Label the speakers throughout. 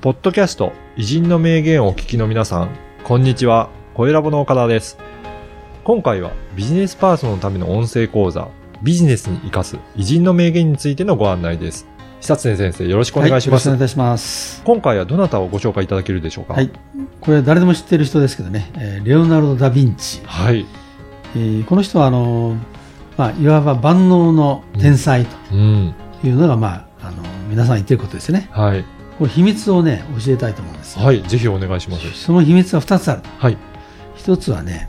Speaker 1: ポッドキャスト、偉人の名言をお聞きの皆さん、こんにちは。声ラボの岡田です。今回はビジネスパーソンのための音声講座、ビジネスに活かす偉人の名言についてのご案内です。久常先生、よろしくお願いします。
Speaker 2: はい、よろしくお願いいたします。
Speaker 1: 今回はどなたをご紹介いただけるでしょうか
Speaker 2: はい。これは誰でも知ってる人ですけどね、えーレオナルド・ダ・ヴィンチ。
Speaker 1: はい。
Speaker 2: えーこの人はあのー、まあ、いわば万能の天才と
Speaker 1: うん。
Speaker 2: いうのが、まあ、あのー皆さん言ってることですよね。
Speaker 1: はい。
Speaker 2: これ秘密をね、教えたいと思うんですよ。
Speaker 1: はい。ぜひお願いします。
Speaker 2: その秘密は2つある。
Speaker 1: はい。
Speaker 2: 1つはね、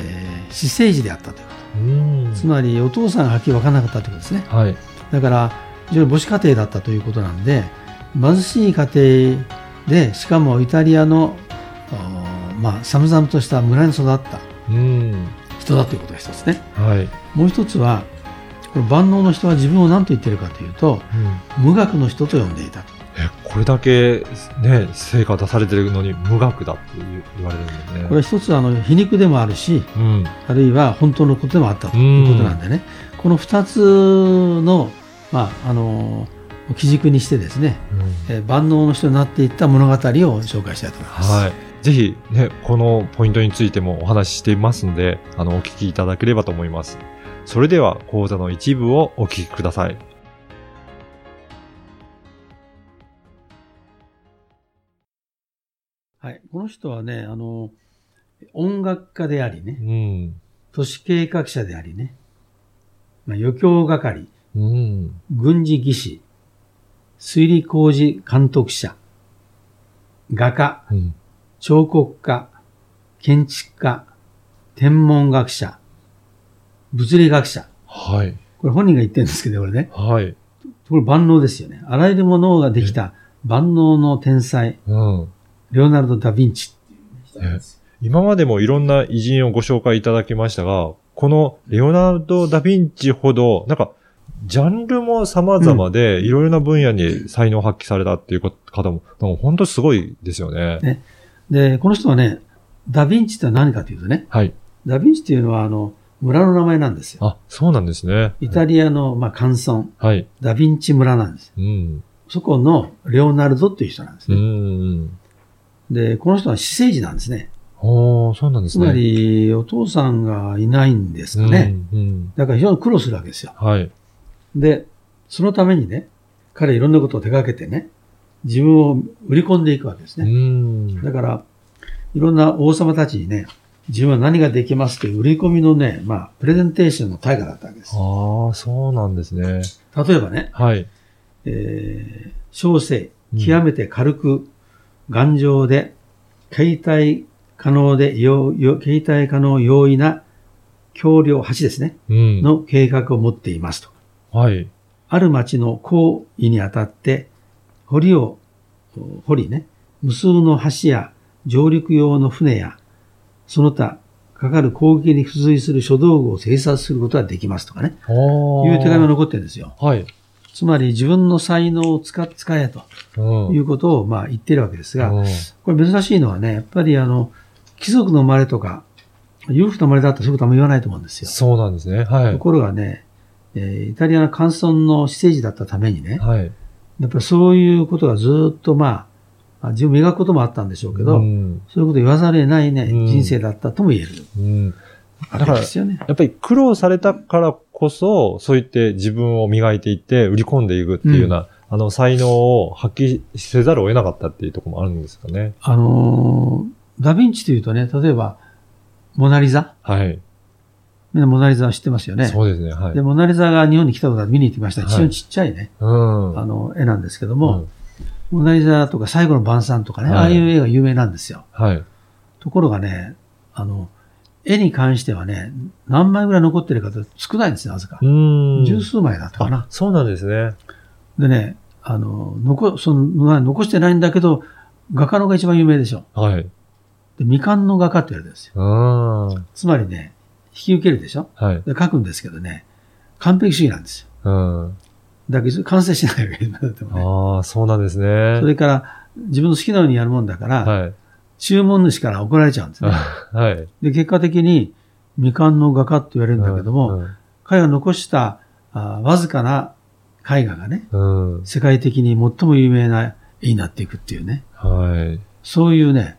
Speaker 2: えー私生児であったというこ
Speaker 1: うん
Speaker 2: と。つまり、お父さんがはっきり分からなかったということですね。
Speaker 1: はい。
Speaker 2: だから、非常に母子家庭だったということなんで、貧しい家庭で、しかもイタリアの、あーまあ、寒々とした村に育った
Speaker 1: うん。
Speaker 2: 人だということが一つね。
Speaker 1: はい。
Speaker 2: もう一つは、この万能の人は自分を何と言ってるかというと、
Speaker 1: うん
Speaker 2: 無学の人と呼んでいたと。
Speaker 1: えこれだけね成果出されてるのに無学だって言われるんだよね
Speaker 2: これは一つあの皮肉でもあるし、
Speaker 1: うん
Speaker 2: あるいは本当のことでもあったということなんでね、この二つの、まあ、あの、基軸にしてですね、
Speaker 1: うん
Speaker 2: えー万能の人になっていった物語を紹介したいと思います。
Speaker 1: はいぜひねこのポイントについてもお話ししていますのであのお聞きいただければと思いますそれでは講座の一部をお聞きください
Speaker 2: はい、この人はねあの音楽家であり
Speaker 1: う
Speaker 2: ね
Speaker 1: ん
Speaker 2: 都市計画者でありね、まあ、余興係
Speaker 1: うん
Speaker 2: 軍事技師推理工事監督者画家
Speaker 1: うん
Speaker 2: 彫刻家建築家天文学者物理学者
Speaker 1: はい
Speaker 2: これ本人が言ってるんですけど、これね。
Speaker 1: はい
Speaker 2: これ万能ですよね。あらゆるものができた万能の天才、
Speaker 1: うん
Speaker 2: レオナルド・ダ・ヴィンチっていう人なんです。
Speaker 1: 今までもいろんな偉人をご紹介いただきましたが、このレオナルド・ダ・ヴィンチほど、なんか、ジャンルも様々で、いろいろな分野に才能を発揮されたっていう方も、なんか本当すごいですよね。
Speaker 2: ねで、この人はね、ダヴィンチってのは何かというとね、
Speaker 1: はい。
Speaker 2: ダヴィンチっていうのはあの、村の名前なんですよ。
Speaker 1: あ、そうなんですね。
Speaker 2: イタリアの、まあ、カンソン、
Speaker 1: はい。
Speaker 2: ダヴィンチ村なんです。
Speaker 1: うん。
Speaker 2: そこのレオナルドっていう人なんです
Speaker 1: う
Speaker 2: ね。
Speaker 1: ん。
Speaker 2: で、この人は私生児なんですね。
Speaker 1: おー、そうなんです
Speaker 2: つ
Speaker 1: ね。
Speaker 2: まり、お父さんがいないんですかね。
Speaker 1: うん。うん。
Speaker 2: だから非常に苦労するわけですよ。
Speaker 1: はい。
Speaker 2: で、そのためにね、彼いろんなことを手掛けてね、自分を売り込んでいくわけです
Speaker 1: う
Speaker 2: ね。
Speaker 1: ん。
Speaker 2: だから、いろんな王様たちにね、自分は何ができますという売り込みのね、まあ、プレゼンテーションの対価だったわけです
Speaker 1: あ。ー、そうなんですね。
Speaker 2: 例えばね、
Speaker 1: はい。
Speaker 2: えー小生
Speaker 1: うん、
Speaker 2: 極めて軽く、頑丈で、携帯可能で、ようよ携帯可能容易な、橋梁橋ですね、
Speaker 1: うん。
Speaker 2: の計画を持っていますと。
Speaker 1: はい。
Speaker 2: ある町の行為にあたって、堀を、お堀ね、無数の橋や上陸用の船や、その他、かかる攻撃に付随する書道具を製作することができますとかね、
Speaker 1: お
Speaker 2: いう手紙が
Speaker 1: の。
Speaker 2: 残ってるんですよ。
Speaker 1: はい。
Speaker 2: つまり自分の才能を使っ使えと
Speaker 1: うん。
Speaker 2: いうことをまあ言ってるわけですが、
Speaker 1: うん
Speaker 2: これ珍しいのはね、やっぱりあの、貴族の生まれとか、裕福の生まれだったらそういうことあんま言わないと思うんですよ。
Speaker 1: そうなんですね。は
Speaker 2: と
Speaker 1: い。
Speaker 2: ころがね、えーイタリアのカンソンの私生児だったためにね、
Speaker 1: はい。
Speaker 2: やっぱりそういうことがずっとまあ、あ自分を磨くこともあったんでしょうけ
Speaker 1: う
Speaker 2: ど、
Speaker 1: ん
Speaker 2: そういうこと言わざるを得ないね、
Speaker 1: うん
Speaker 2: 人生だったとも言える
Speaker 1: うん、
Speaker 2: わけですよね。
Speaker 1: やっぱり苦労されたからこそ、そう言って自分を磨いていって、売り込んでいくっていうような、あの、才能を発揮せざるを得なかったっていうところもあるんですかね。
Speaker 2: あのーダヴィンチというとね、例えば、モナリザ
Speaker 1: はい。
Speaker 2: みんなモナリザは知ってますよね。
Speaker 1: そうですね。はい。
Speaker 2: で、モナリザが日本に来たことは見に行きました。
Speaker 1: はい
Speaker 2: 非常にちっちゃいね、
Speaker 1: うん。
Speaker 2: あの、絵なんですけども、モナリザとか最後の晩餐とかね、
Speaker 1: はい
Speaker 2: ああいう絵が有名なんですよ。
Speaker 1: うん、はい。
Speaker 2: ところがね、あの、絵に関してはね、何枚ぐらい残ってるかと少ないんですよ、なぜか
Speaker 1: う。ん。
Speaker 2: 十数枚だったかな
Speaker 1: あ。そうなんですね。
Speaker 2: でね、あの、残、その、まあ残してないんだけど、画家の方が一番有名でしょ。
Speaker 1: はい。うん。
Speaker 2: で、未完の画家って言われてるんですよ。
Speaker 1: は
Speaker 2: つまりね、引き受けるでしょ
Speaker 1: い。
Speaker 2: で、描くんですけどね、完璧主義なんですよ。
Speaker 1: うん。
Speaker 2: だけど、完成しないわけです。だってもね
Speaker 1: ああ、そうなんですね
Speaker 2: そ。れから、自分の好きなようにやるもんだから、
Speaker 1: はい。
Speaker 2: 注文主から怒られちゃうんですね。
Speaker 1: はい。
Speaker 2: で、結果的に、未完の画家って言われるんだけども、彼が残した、あわずかな絵画がね、
Speaker 1: うん、うん。
Speaker 2: 世界的に最も有名な絵になっていくっていうね。
Speaker 1: はい。
Speaker 2: そういうね、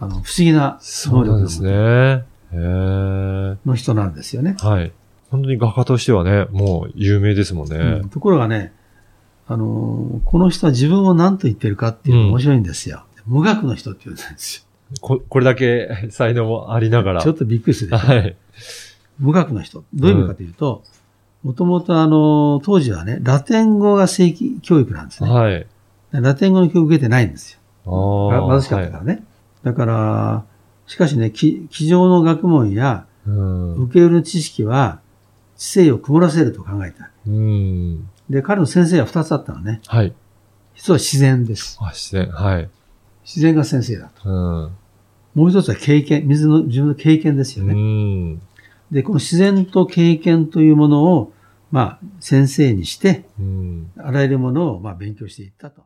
Speaker 2: あの、不思議な
Speaker 1: そうなんですね。へえ。
Speaker 2: の人なんですよね。
Speaker 1: はい。本当に画家としてはね、もう有名ですもんね。
Speaker 2: うんところがね、あのーこの人は自分を何と言ってるかっていうのが面白いんですよ。無学の人って言うんです
Speaker 1: ここれだけ才能もありなが
Speaker 2: よ。
Speaker 1: ら。
Speaker 2: ちょっとびっくりするでしょ。
Speaker 1: はい。
Speaker 2: 無学の人。どういう意味かというと、もともとあのー当時はね、ラテン語が正規教育なんですね。
Speaker 1: はい。
Speaker 2: ラテン語の教育受けてないんですよ。
Speaker 1: あ
Speaker 2: が
Speaker 1: あ。
Speaker 2: 貧しかったからね。だから、しかしね、き机上の学問や
Speaker 1: はい。うん。
Speaker 2: 受け売りの知識は知性を曇らせると考えた。
Speaker 1: うん。
Speaker 2: で、彼の先生は二つあったのね。
Speaker 1: はい。
Speaker 2: 一つは自然です。
Speaker 1: あ、自然。はい。
Speaker 2: 自然が先生だと。
Speaker 1: うん。
Speaker 2: もう一つは経験、水の、自分の経験ですよ
Speaker 1: う
Speaker 2: ね。
Speaker 1: ん。
Speaker 2: で、この自然と経験というものを、まあ、先生にして、
Speaker 1: うん。
Speaker 2: あらゆるものを、まあ、勉強していったと。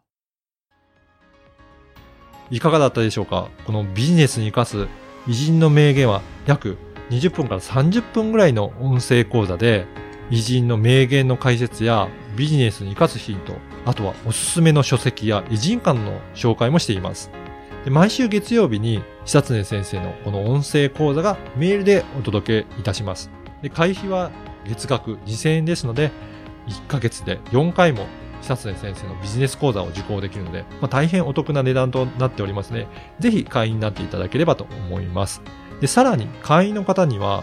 Speaker 1: いかがだったでしょうかこのビジネスに生かす偉人の名言は約20分から30分ぐらいの音声講座で偉人の名言の解説やビジネスに生かすヒント、あとはおすすめの書籍や偉人間の紹介もしています。で毎週月曜日に久常先生のこの音声講座がメールでお届けいたします。で会費は月額2000円ですので1ヶ月で4回も久常先生のビジネス講座を受講できるので、まあ、大変お得な値段となっておりますね。ぜひ会員になっていただければと思います。で、さらに会員の方には、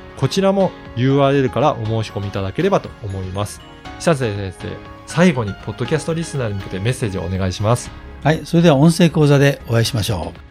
Speaker 1: こちらも URL からお申し込みいただければと思います。久瀬先生、最後にポッドキャストリスナーに向けてメッセージをお願いします。
Speaker 3: はい、それでは音声講座でお会いしましょう。